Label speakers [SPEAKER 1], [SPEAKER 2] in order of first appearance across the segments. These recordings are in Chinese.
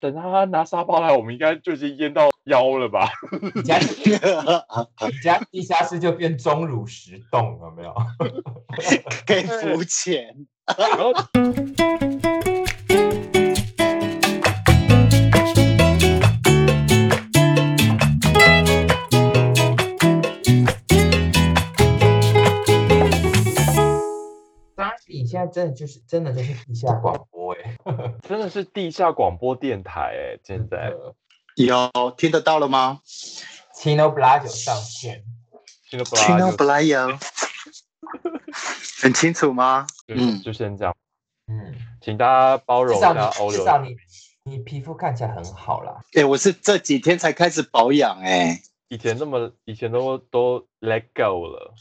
[SPEAKER 1] 等他拿沙包来，我们应该就已经淹到腰了吧？
[SPEAKER 2] 你家你家地下室就变钟乳石洞了没有？
[SPEAKER 3] 可以浮潜。
[SPEAKER 1] 然后
[SPEAKER 2] 沙比现在真的就是真的就是地下广播哎、
[SPEAKER 1] 真的是地下广播电台哎、现在
[SPEAKER 2] 呃
[SPEAKER 3] 有听得到了吗
[SPEAKER 2] c h i n o b l a 上线，
[SPEAKER 1] 听得不
[SPEAKER 3] 听到
[SPEAKER 1] 啦？
[SPEAKER 3] 不来有，很清楚吗？
[SPEAKER 1] 就
[SPEAKER 3] 嗯
[SPEAKER 1] 就先这样，
[SPEAKER 2] 嗯，
[SPEAKER 1] 请大家包
[SPEAKER 2] 至
[SPEAKER 1] 容一
[SPEAKER 2] 少
[SPEAKER 1] 下欧
[SPEAKER 2] 你至
[SPEAKER 1] 流。
[SPEAKER 2] 少你你皮肤看起来很好啦，
[SPEAKER 3] 哎、我是这几天才开始保养哎、
[SPEAKER 1] 以前那么以前都都 let go 了，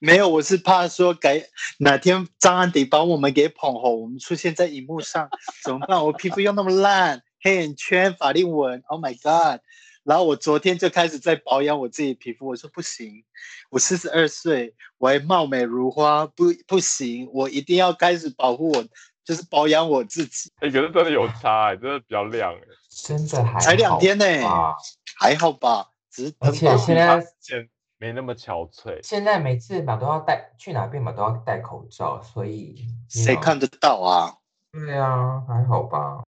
[SPEAKER 3] 没有，我是怕说改哪天张安迪把我们给捧红，我们出现在荧幕上怎么办？我皮肤又那么烂，黑眼圈、法令纹，Oh my god！然后我昨天就开始在保养我自己皮肤，我说不行，我四十二岁，我还貌美如花，不不行，我一定要开始保护我，就是保养我自己。
[SPEAKER 1] 哎、可是真的有差哎、真的比较亮哎、
[SPEAKER 2] 真的还好
[SPEAKER 3] 才两天呢、
[SPEAKER 2] 吧
[SPEAKER 3] 还好吧，只是
[SPEAKER 2] 而
[SPEAKER 3] 很啊
[SPEAKER 2] 且
[SPEAKER 3] 保
[SPEAKER 2] 现在
[SPEAKER 1] 前没那么憔悴。
[SPEAKER 2] 现在每次嘛都要戴，去哪边嘛都要戴口罩，所以
[SPEAKER 3] 谁？看得到啊？
[SPEAKER 2] 你有对啊，还好吧。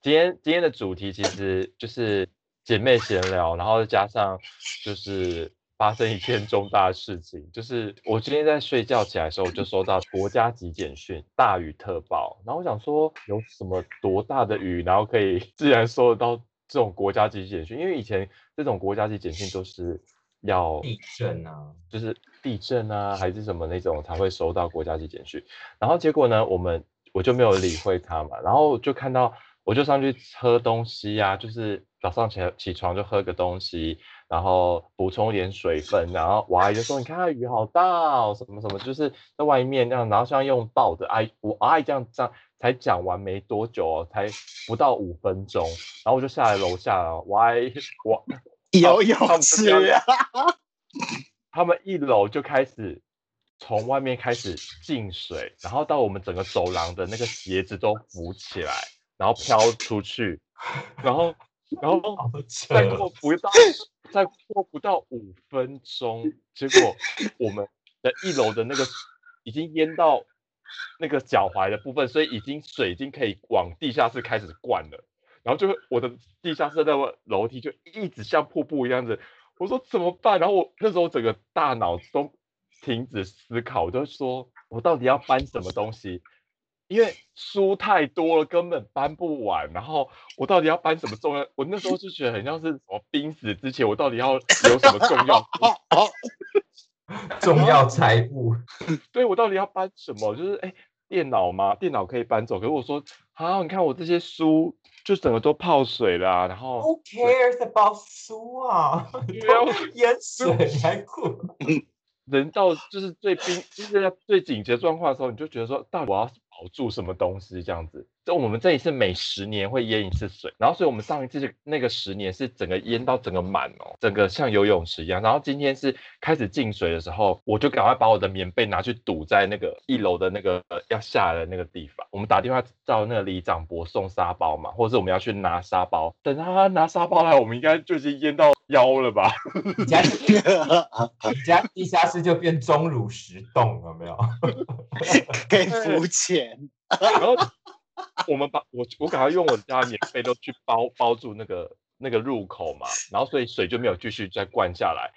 [SPEAKER 1] 今天今天的主题其实就是姐妹闲聊，然后加上就是发生一件重大的事情，就是我今天在睡觉起来的时候，我就收到国家级简讯大雨特报，然后我想说有什么多大的雨，然后可以自然收得到这种国家级简讯，因为以前这种国家级简讯都是要
[SPEAKER 2] 地震啊，
[SPEAKER 1] 就是地震啊，还是什么那种才会收到国家级简讯。然后结果呢，我们我就没有理会他嘛，然后就看到我就上去喝东西呀、就是早上起来起床就喝个东西，然后补充一点水分，然后我阿姨就说：“你看它雨好大哦，什么什么，就是在外面这样，然后像用抱的阿姨，我阿姨这样这样才讲完没多久哦，才不到五分钟，然后我就下来楼下了，我阿姨我
[SPEAKER 2] 哦
[SPEAKER 3] 游
[SPEAKER 1] 他
[SPEAKER 3] 泳
[SPEAKER 1] 们是这
[SPEAKER 3] 池
[SPEAKER 1] 样
[SPEAKER 3] 啊，
[SPEAKER 1] 他们一楼就开始从外面开始进水，然后到我们整个走廊的那个鞋子都浮起来，然后飘出去，然后然后
[SPEAKER 2] 好扯
[SPEAKER 1] 再过不到再过不到五分钟，结果我们的一楼的那个已经淹到那个脚踝的部分，所以已经水已经可以往地下室开始灌了。然后就会我的地下室那个楼梯就一直像瀑布一样子，我说怎么办？然后我那时候整个大脑都停止思考，我就说我到底要搬什么东西？因为书太多了，根本搬不完。然后我到底要搬什么重要？我那时候就觉得很像是什么濒死之前，我到底要有什么重要的
[SPEAKER 3] 哦哦，
[SPEAKER 2] 重要财 物，
[SPEAKER 1] 对我到底要搬什么？就是哎，电脑吗？电脑可以搬走，可是我说啊，你看我这些书就整个都泡水啦、然后
[SPEAKER 2] Who cares about 书啊？
[SPEAKER 1] 对啊我
[SPEAKER 2] 淹水你还哭？
[SPEAKER 1] 人到就是最濒，就是在最紧急的状况的时候，你就觉得说，到底我要保住什么东西这样子？就我们这里是每十年会淹一次水，然后所以我们上一次那个十年是整个淹到整个满哦，整个像游泳池一样。然后今天是开始进水的时候，我就赶快把我的棉被拿去堵在那个一楼的那个呃要下来的那个地方。我们打电话叫那个里长伯送沙包嘛，或者是我们要去拿沙包，等他拿沙包来，我们应该就已经淹到腰了吧？
[SPEAKER 2] 你家你家地下室就变钟乳石洞了没有？
[SPEAKER 3] 可 以浮潜。
[SPEAKER 1] 然后我们把我我赶快用我家的棉被都去包包住那个那个入口嘛，然后所以水就没有继续再灌下来，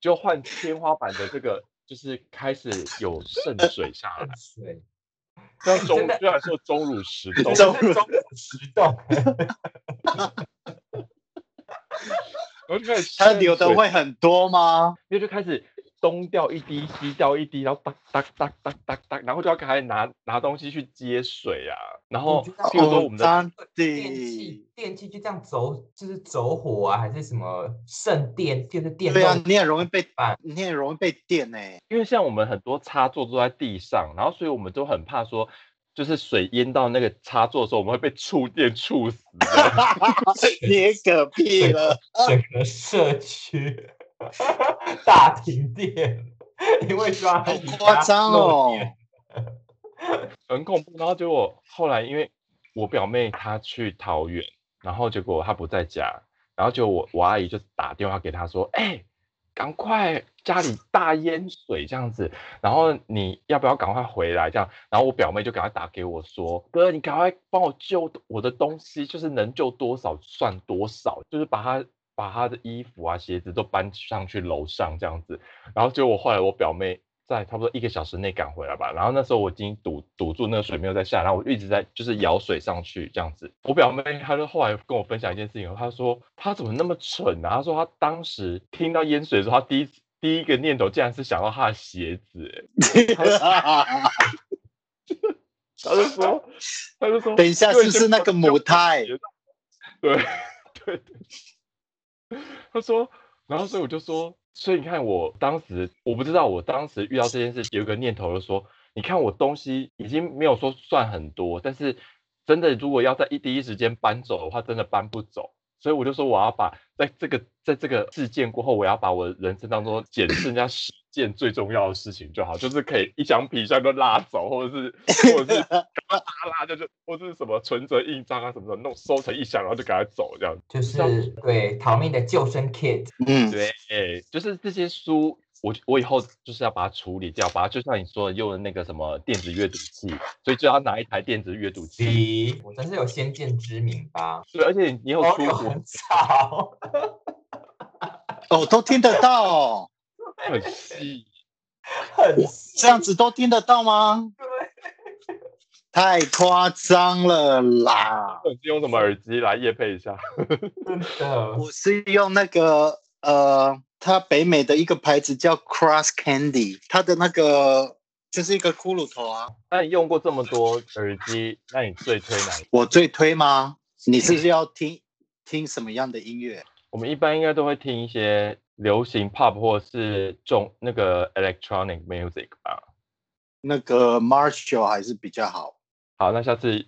[SPEAKER 1] 就换天花板的这个就是开始有渗水下 来，
[SPEAKER 2] 水，
[SPEAKER 1] 像中
[SPEAKER 2] 真的
[SPEAKER 1] 虽然说钟乳 石洞，
[SPEAKER 3] 钟
[SPEAKER 2] 真的钟乳石洞，
[SPEAKER 1] 然后就开始
[SPEAKER 3] 它
[SPEAKER 1] 渗
[SPEAKER 3] 流的
[SPEAKER 1] 水，
[SPEAKER 3] 会很多吗？
[SPEAKER 1] 因为就开始东掉一滴，西掉一滴，然后哒哒哒哒哒哒，然后就要开始拿拿东西去接水啊，然后
[SPEAKER 2] 觉得
[SPEAKER 1] 譬如说我们的
[SPEAKER 3] 当
[SPEAKER 2] 电器电器就这样走，就是走火啊，还是什么渗电，就是电
[SPEAKER 3] 对啊
[SPEAKER 2] 动，
[SPEAKER 3] 你也容易被
[SPEAKER 2] 板
[SPEAKER 3] 你也容易被电呢、欸。
[SPEAKER 1] 因为像我们很多插座都在地上，然后所以我们都很怕说，就是水淹到那个插座的时候，我们会被触电触死这样。
[SPEAKER 3] 你嗝屁了！
[SPEAKER 2] 整个社区 大停电，因为抓
[SPEAKER 3] 好夸张哦！
[SPEAKER 1] 很恐怖。然后结果后来，因为我表妹她去桃园，然后结果他不在家，然后就我我阿姨就打电话给他说，哎、赶快家里大淹水这样子，然后你要不要赶快回来这样？然后我表妹就赶快打给我说，哥，你赶快帮我救我的东西，就是能救多少算多少，就是把他把他的衣服啊、鞋子都搬上去楼上这样子。然后结果后来我表妹在差不多一个小时内赶回来吧，然后那时候我已经堵堵住那个水没有再下，然后我一直在就是舀水上去这样子。我表妹她就后来跟我分享一件事情，她说她怎么那么蠢啊？她说她当时听到淹水的时候，她第一第一个念头竟然是想到她的鞋子、欸 她就说她就说
[SPEAKER 3] 等一下
[SPEAKER 1] 对
[SPEAKER 3] 是不是那个母胎？
[SPEAKER 1] 对 对对，他说，然后所以我就说，所以你看我当时我不知道，我当时遇到这件事有一个念头，就说，你看我东西已经没有说算很多，但是真的如果要在一第一时间搬走的话，真的搬不走。所以我就说，我要把在这个在这个事件过后，我要把我人生当中捡剩下十件最重要的事情就好，就是可以一张皮箱都拉走，或者是或者是拉拉啊就是或者是什么存折印章啊什么的弄收成一箱，然后就赶快走这样。
[SPEAKER 2] 就是
[SPEAKER 3] 哦
[SPEAKER 2] 对逃命的救生 kit，
[SPEAKER 3] 嗯，
[SPEAKER 1] 对，就是这些书，我我以后就是要把它处理掉，把它就像你说的用的那个什么电子阅读器，所以就要拿一台电子阅读器。
[SPEAKER 2] 咦，我真是有先见之明吧？
[SPEAKER 1] 对，而且你你有
[SPEAKER 2] 哦，
[SPEAKER 1] 出
[SPEAKER 2] 有
[SPEAKER 1] 国
[SPEAKER 2] 很少，
[SPEAKER 3] 哦，都听得到哦，
[SPEAKER 1] 很细，
[SPEAKER 2] 很
[SPEAKER 3] 这样子都听得到吗？太夸张了啦！
[SPEAKER 1] 你是用什么耳机来夜配一下？
[SPEAKER 2] 真
[SPEAKER 1] 啊
[SPEAKER 2] 的。
[SPEAKER 3] 我是用那个呃，它北美的一个牌子叫 Cross Candy，它的那个就是一个骷髅头啊。
[SPEAKER 1] 那你用过这么多耳机，那你最推哪一个？
[SPEAKER 3] 我最推吗？你是不是要听听什么样的音乐？
[SPEAKER 1] 我们一般应该都会听一些流行 pop 或是重那个 electronic music 吧。
[SPEAKER 3] 那个 Marshall 还是比较好。
[SPEAKER 1] 好，那下次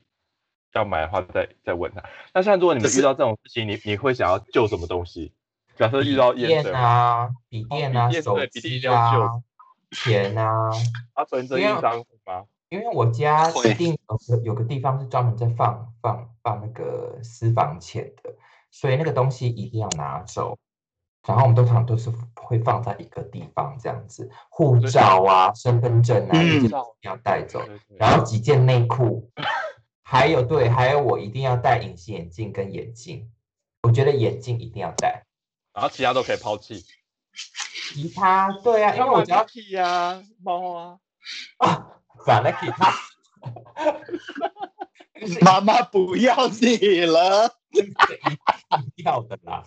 [SPEAKER 1] 要买的话再再问他。那现在如果你们
[SPEAKER 3] 可是
[SPEAKER 1] 遇到这种事情，你你会想要救什么东西？假设遇到
[SPEAKER 2] 笔
[SPEAKER 1] 验
[SPEAKER 2] 电
[SPEAKER 1] 证，
[SPEAKER 2] 啊，笔电啊，
[SPEAKER 1] 哦笔电
[SPEAKER 2] 手
[SPEAKER 1] 对笔电一
[SPEAKER 2] 机
[SPEAKER 1] 定要
[SPEAKER 2] 啊
[SPEAKER 1] 救，
[SPEAKER 2] 钱啊，
[SPEAKER 1] 啊，存折
[SPEAKER 2] 不
[SPEAKER 1] 印
[SPEAKER 2] 要
[SPEAKER 1] 章吗？
[SPEAKER 2] 因为我家
[SPEAKER 3] 会
[SPEAKER 2] 一定有个有个地方是专门在放放放那个私房钱的，所以那个东西一定要拿走。然后我们通常都是会放在一个地方这样子，护
[SPEAKER 1] 对
[SPEAKER 2] 照啊、身份证啊，一
[SPEAKER 3] 嗯
[SPEAKER 2] 定要带走。
[SPEAKER 1] 对对
[SPEAKER 2] 然后几件内裤，还有对，还有我一定要戴隐形眼镜跟眼镜，我觉得眼镜一定要戴。
[SPEAKER 1] 然后其他都可以抛弃，
[SPEAKER 2] 吉他，对啊，因为我只要
[SPEAKER 1] 屁呀、猫啊，
[SPEAKER 2] 啊，把那吉他，就是
[SPEAKER 3] 妈妈不要你了。
[SPEAKER 2] 一定要的啦，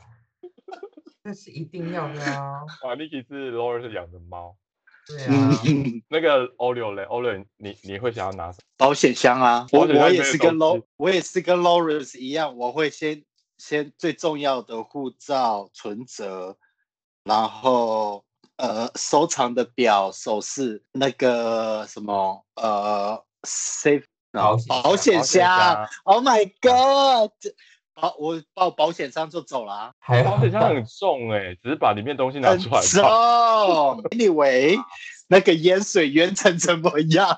[SPEAKER 2] 那是一定要的啊，
[SPEAKER 1] 哇，Niki 是 Laura 是养的猫，
[SPEAKER 2] 对啊，
[SPEAKER 3] 嗯，
[SPEAKER 1] 那个 Olio 嘞，Olio 你你会想要拿什么？
[SPEAKER 3] 保险箱啊，我
[SPEAKER 1] 保险箱
[SPEAKER 3] 我
[SPEAKER 1] 里
[SPEAKER 3] 也
[SPEAKER 1] 面
[SPEAKER 3] 是
[SPEAKER 1] 有
[SPEAKER 3] 跟
[SPEAKER 1] 东西
[SPEAKER 3] Lo，我也是跟 Lawrence 一样，我会先先最重要的护照、存折，然后呃收藏的表、首饰，那个什么呃 safe
[SPEAKER 2] 保险箱
[SPEAKER 3] 保险箱。，Oh
[SPEAKER 1] 哦
[SPEAKER 3] my God！好，我抱保险箱就走了啊。
[SPEAKER 2] 还有
[SPEAKER 1] 保险箱哦很重哎、只是把里面东西拿
[SPEAKER 3] 很
[SPEAKER 1] 出来
[SPEAKER 3] 重
[SPEAKER 1] 吧。
[SPEAKER 3] Anyway，那个淹水淹成怎么样？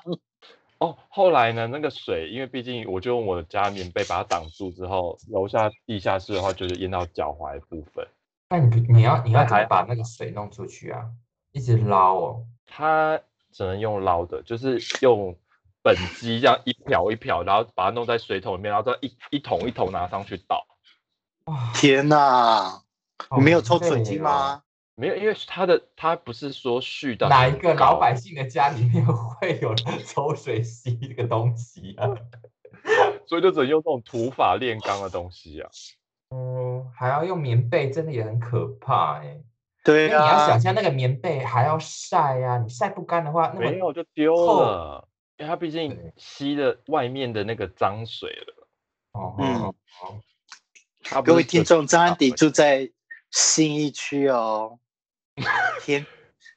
[SPEAKER 1] 哦，后来呢，那个水，因为毕竟我就用我家棉被把它挡住之后，楼下地下室的话就是淹到脚踝部分。
[SPEAKER 2] 那你不你要你要
[SPEAKER 1] 那
[SPEAKER 2] 怎么
[SPEAKER 1] 还
[SPEAKER 2] 把那个水弄出去啊？一直捞哦，
[SPEAKER 1] 它只能用捞的，就是用本机这样一瓢一瓢，然后把它弄在水桶里面，然后再一一桶一桶拿上去倒。
[SPEAKER 2] 哇，
[SPEAKER 3] 天哪、
[SPEAKER 2] 好
[SPEAKER 3] 你没有抽
[SPEAKER 2] 累
[SPEAKER 3] 水晶
[SPEAKER 2] 哦？
[SPEAKER 3] 吗？
[SPEAKER 1] 没有，因为它的它不是说蓄到
[SPEAKER 2] 哪
[SPEAKER 1] 很
[SPEAKER 2] 一个老
[SPEAKER 1] 高
[SPEAKER 2] 百姓的家里面会有抽水机这个东西啊？
[SPEAKER 1] 所以就只能用这种土法炼钢的东西 啊。
[SPEAKER 2] 哦，还要用棉被，真的也很可怕哎、因
[SPEAKER 3] 对
[SPEAKER 2] 为你要想
[SPEAKER 3] 啊，
[SPEAKER 2] 象那个棉被还要晒啊，你晒不干的话，那
[SPEAKER 1] 没
[SPEAKER 2] 么
[SPEAKER 1] 有就丢
[SPEAKER 2] 厚
[SPEAKER 1] 了，因为它毕竟
[SPEAKER 2] 对
[SPEAKER 1] 吸了外面的那个脏水了。
[SPEAKER 2] 哦，
[SPEAKER 3] 嗯
[SPEAKER 1] 它不
[SPEAKER 3] 各位
[SPEAKER 1] 是
[SPEAKER 3] 听
[SPEAKER 1] 水
[SPEAKER 3] 众，
[SPEAKER 2] 啊
[SPEAKER 3] 张安迪
[SPEAKER 1] 道
[SPEAKER 3] 住在信义 区哦，天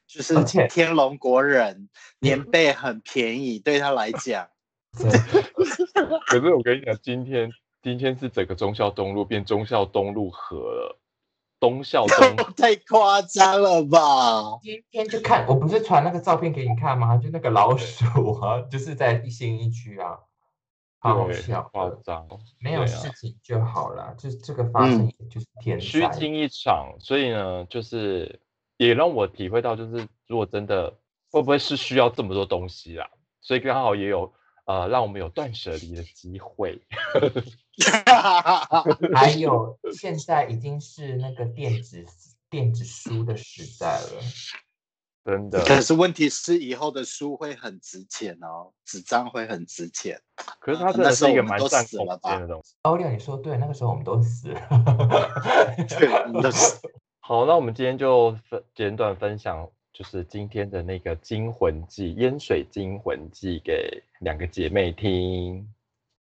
[SPEAKER 3] 就是
[SPEAKER 2] 而且
[SPEAKER 3] 天龙国人，棉被很便宜，对他来讲，
[SPEAKER 2] 真
[SPEAKER 1] 可是我跟你讲，今天今天是整个忠孝东路变忠孝东路河了，东孝东
[SPEAKER 3] 太夸张了吧？
[SPEAKER 2] 今天就看，我不是传那个照片给你看吗？就那个老鼠啊，就是在新一区啊，好好
[SPEAKER 1] 对
[SPEAKER 2] 笑
[SPEAKER 1] 夸
[SPEAKER 2] 的
[SPEAKER 1] 张，
[SPEAKER 2] 没有
[SPEAKER 1] 对啊
[SPEAKER 2] 事情就好啦，就这个发生
[SPEAKER 3] 嗯
[SPEAKER 2] 也就是天
[SPEAKER 1] 虚
[SPEAKER 2] 灾。
[SPEAKER 1] 惊一场，所以呢，就是也让我体会到，就是如果真的会不会是需要这么多东西啦，所以刚好也有呃，让我们有断舍离的机会。
[SPEAKER 2] 还有现在已经是那个电子电子书的时代了，
[SPEAKER 1] 真的，
[SPEAKER 3] 可是问题是，以后的书会很值钱哦，纸张会很值钱。
[SPEAKER 1] 可是它真的
[SPEAKER 3] 那时
[SPEAKER 1] 是
[SPEAKER 3] 候
[SPEAKER 1] 一
[SPEAKER 3] 我
[SPEAKER 1] 个
[SPEAKER 3] 们
[SPEAKER 1] 蛮
[SPEAKER 3] 都
[SPEAKER 1] 占
[SPEAKER 3] 死
[SPEAKER 1] 空
[SPEAKER 3] 了吧
[SPEAKER 1] 间的东西。
[SPEAKER 2] 欧六，你说对，那个时候我们都死了。
[SPEAKER 3] 对，那是
[SPEAKER 1] 好，那我们今天就分简短分享，就是今天的那个《惊魂记》烟水惊魂记给两个姐妹听。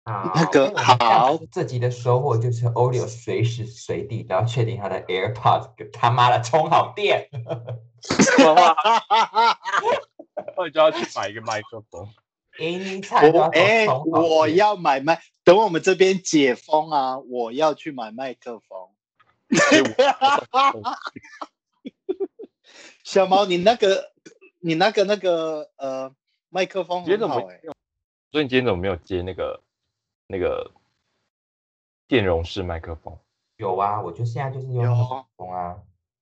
[SPEAKER 2] 好，
[SPEAKER 3] 那
[SPEAKER 2] 所以
[SPEAKER 3] 个
[SPEAKER 2] 我们下
[SPEAKER 3] 好
[SPEAKER 2] 次这集的收获就是欧六随时随地都要确定他的 AirPods 给他妈的充好电。
[SPEAKER 1] 妈妈， 我就要去买一个麦克 风。
[SPEAKER 2] anytime 都
[SPEAKER 3] 我
[SPEAKER 2] 要给
[SPEAKER 3] 哎、
[SPEAKER 2] 我充好
[SPEAKER 3] 我
[SPEAKER 2] 电
[SPEAKER 3] 要买麦，等我们这边解封啊，我要去买麦克风。
[SPEAKER 1] 所以我
[SPEAKER 3] 小毛，你那个，你那个那个呃，麦克风
[SPEAKER 1] 今天
[SPEAKER 3] 很
[SPEAKER 1] 怎么
[SPEAKER 3] 好
[SPEAKER 1] 没
[SPEAKER 3] 哎、
[SPEAKER 1] 所以你今天怎么没有接那个那个电容式麦克风？
[SPEAKER 2] 有啊，我就现在就是用
[SPEAKER 3] 有
[SPEAKER 2] 风啊，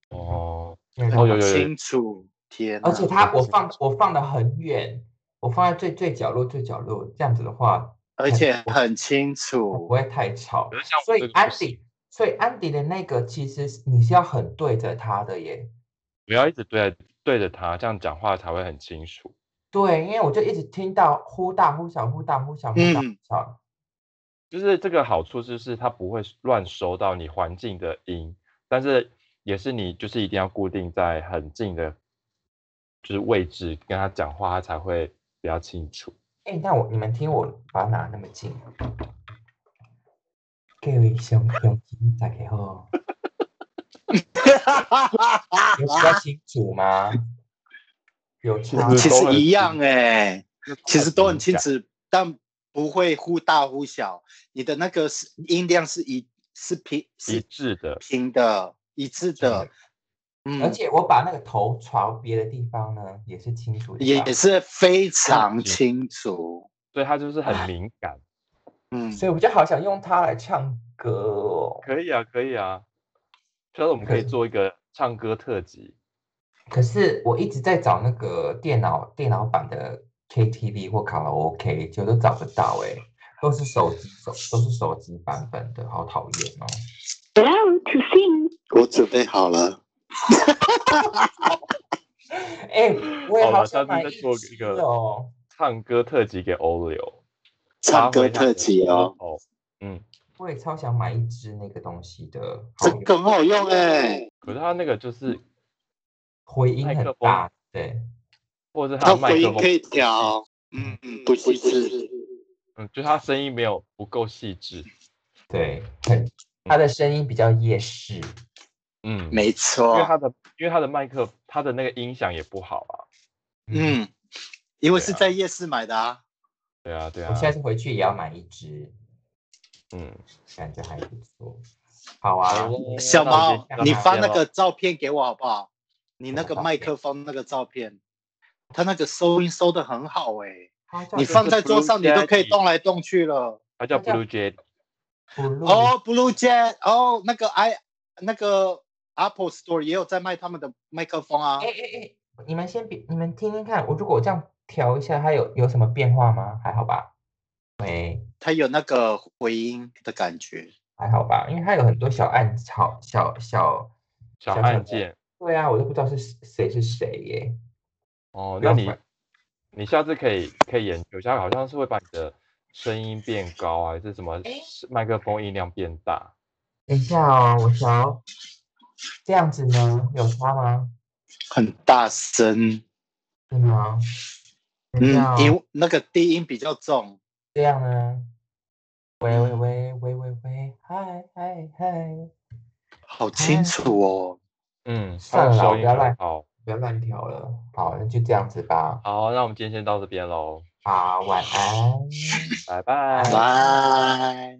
[SPEAKER 1] 哦，
[SPEAKER 2] 现在
[SPEAKER 1] 哦
[SPEAKER 2] 就
[SPEAKER 1] 有
[SPEAKER 3] 很
[SPEAKER 1] 有有
[SPEAKER 3] 清楚。天哪，
[SPEAKER 2] 而且它我放我放的很远，我放在最最角落最角落，这样子的话
[SPEAKER 3] 而且
[SPEAKER 2] 我
[SPEAKER 3] 很清
[SPEAKER 2] 不
[SPEAKER 3] 楚。
[SPEAKER 2] 会太吵
[SPEAKER 1] 可。是像嗯我
[SPEAKER 2] 所
[SPEAKER 1] 这
[SPEAKER 2] 以
[SPEAKER 1] 个
[SPEAKER 2] 安
[SPEAKER 1] 不行
[SPEAKER 2] 迪，所以安迪的那个其实是你是要很对着他的耶。
[SPEAKER 1] 不要一直对对着它，这样讲话才会很清楚。
[SPEAKER 2] 对，因为我就一直听到忽大忽小，忽大忽小，忽大忽
[SPEAKER 3] 嗯
[SPEAKER 2] 小。
[SPEAKER 1] 就是这个好处就是它不会乱收到你环境的音，但是也是你就是一定要固定在很近的，就是位置跟他讲话，他才会比较清楚。
[SPEAKER 2] 哎、那我你们听我把它拿那么近，各位兄兄弟大家好，有比较清楚吗？有差吗
[SPEAKER 1] 其实
[SPEAKER 3] 其
[SPEAKER 1] 都
[SPEAKER 3] 实
[SPEAKER 1] 很
[SPEAKER 3] 一样哎、其实都很
[SPEAKER 1] 清
[SPEAKER 3] 清
[SPEAKER 1] 楚。
[SPEAKER 3] 楚，但不会忽大忽小。你的那个是音量是一是平
[SPEAKER 1] 一
[SPEAKER 3] 是
[SPEAKER 1] 致的，
[SPEAKER 3] 平的，一致的。嗯，
[SPEAKER 2] 而且我把那个头朝别的地方呢，也是清楚的吧，
[SPEAKER 3] 也是非常清楚。
[SPEAKER 1] 所以它就是很敏感。
[SPEAKER 3] 嗯，
[SPEAKER 2] 所以我就好想用它来唱歌哦。
[SPEAKER 1] 可以啊，可以啊，下次我们可以
[SPEAKER 3] 嗯
[SPEAKER 2] 可以
[SPEAKER 1] 做一个唱歌特辑。
[SPEAKER 2] 可是我一直在找那个电脑电脑版的 KTV 或卡拉 OK，就都找不到哎、都是手机手都是手机版本的，好讨厌哦。
[SPEAKER 4] Hello to sing.
[SPEAKER 3] 我准备好了。
[SPEAKER 2] 哎、我也
[SPEAKER 1] 好了
[SPEAKER 2] 想
[SPEAKER 1] 下次
[SPEAKER 2] 买
[SPEAKER 1] 再
[SPEAKER 2] 一
[SPEAKER 1] 做
[SPEAKER 2] 支
[SPEAKER 1] 一个
[SPEAKER 2] 哦。
[SPEAKER 1] 唱歌特辑给 Oreo，
[SPEAKER 3] 唱歌特辑哦，
[SPEAKER 1] 哦，嗯，
[SPEAKER 2] 我也超想买一支那个东西的，好
[SPEAKER 3] 这
[SPEAKER 2] 有
[SPEAKER 3] 个很好用哎、
[SPEAKER 1] 可是他那个就是，
[SPEAKER 2] 回音
[SPEAKER 1] 麦
[SPEAKER 2] 很
[SPEAKER 1] 克风
[SPEAKER 2] 大，对，
[SPEAKER 1] 或者是他
[SPEAKER 3] 它
[SPEAKER 1] 的麦
[SPEAKER 3] 回
[SPEAKER 1] 克
[SPEAKER 3] 音
[SPEAKER 1] 风
[SPEAKER 3] 可，以调。嗯嗯，不细致。
[SPEAKER 1] 嗯，就他声音没有不够细致，
[SPEAKER 2] 对，很，他的声音比较夜市，
[SPEAKER 1] 嗯，
[SPEAKER 3] 没
[SPEAKER 1] 因为
[SPEAKER 3] 错。
[SPEAKER 1] 他的因为他的麦克他的那个音响也不好啊，
[SPEAKER 3] 嗯，因为是
[SPEAKER 1] 对啊
[SPEAKER 3] 在夜市买的啊。
[SPEAKER 1] 对啊对啊
[SPEAKER 2] 我，下次回去也要买一支，
[SPEAKER 1] 嗯，
[SPEAKER 2] 感觉还不错。好啊，
[SPEAKER 3] 小毛，你发
[SPEAKER 1] 发
[SPEAKER 3] 那个照片给我好不好？你那个麦克风那个照片，它那个收音收的很好
[SPEAKER 2] 它
[SPEAKER 3] 哎、
[SPEAKER 2] 叫
[SPEAKER 3] 你
[SPEAKER 2] 做
[SPEAKER 3] 放在桌上，你都可以
[SPEAKER 1] Blue Yeti
[SPEAKER 3] 动来动去了。
[SPEAKER 1] 他叫
[SPEAKER 2] 那叫
[SPEAKER 1] Blue Jet，
[SPEAKER 2] Blue
[SPEAKER 3] 哦，Blue Jet，哦，那个 i 那个 Apple Store 也有在卖他们的麦克风啊
[SPEAKER 2] 哎。哎哎，你们先别，你们听听看，我如果我这样调一下，它有有什么变化吗？还好吧，喂，
[SPEAKER 3] 它有那个回音的感觉。
[SPEAKER 2] 还好吧，因为它有很多小按小小小，
[SPEAKER 1] 小
[SPEAKER 2] 小
[SPEAKER 1] 按
[SPEAKER 2] 的
[SPEAKER 1] 键，
[SPEAKER 2] 对啊，我都不知道是谁是谁耶。
[SPEAKER 1] 哦，
[SPEAKER 2] 不
[SPEAKER 1] 那
[SPEAKER 2] 要
[SPEAKER 1] 你
[SPEAKER 2] 烦
[SPEAKER 1] 你下次可以可以研究一下，好像是会把你的声音变高啊，还是什么
[SPEAKER 2] 诶
[SPEAKER 1] 麦克风音量变大。
[SPEAKER 2] 等一下哦，我调这样子呢，有差吗？
[SPEAKER 3] 很大声，
[SPEAKER 2] 是吗？等一下
[SPEAKER 3] 嗯，因
[SPEAKER 2] 哦，
[SPEAKER 3] 为那个低音比较重，
[SPEAKER 2] 这样呢？喂喂喂喂喂喂，嗨嗨嗨！
[SPEAKER 3] 好清楚哦。
[SPEAKER 1] 嗯，
[SPEAKER 2] 算
[SPEAKER 1] 它的收
[SPEAKER 2] 了啦我不
[SPEAKER 1] 音
[SPEAKER 2] 要
[SPEAKER 1] 很
[SPEAKER 2] 乱
[SPEAKER 1] 好。
[SPEAKER 2] 不要乱调了，好，那就这样子吧。啊
[SPEAKER 1] 好，那我们今天先到这边喽，
[SPEAKER 3] 哎
[SPEAKER 2] 好，晚安。
[SPEAKER 1] 拜拜。
[SPEAKER 3] 拜。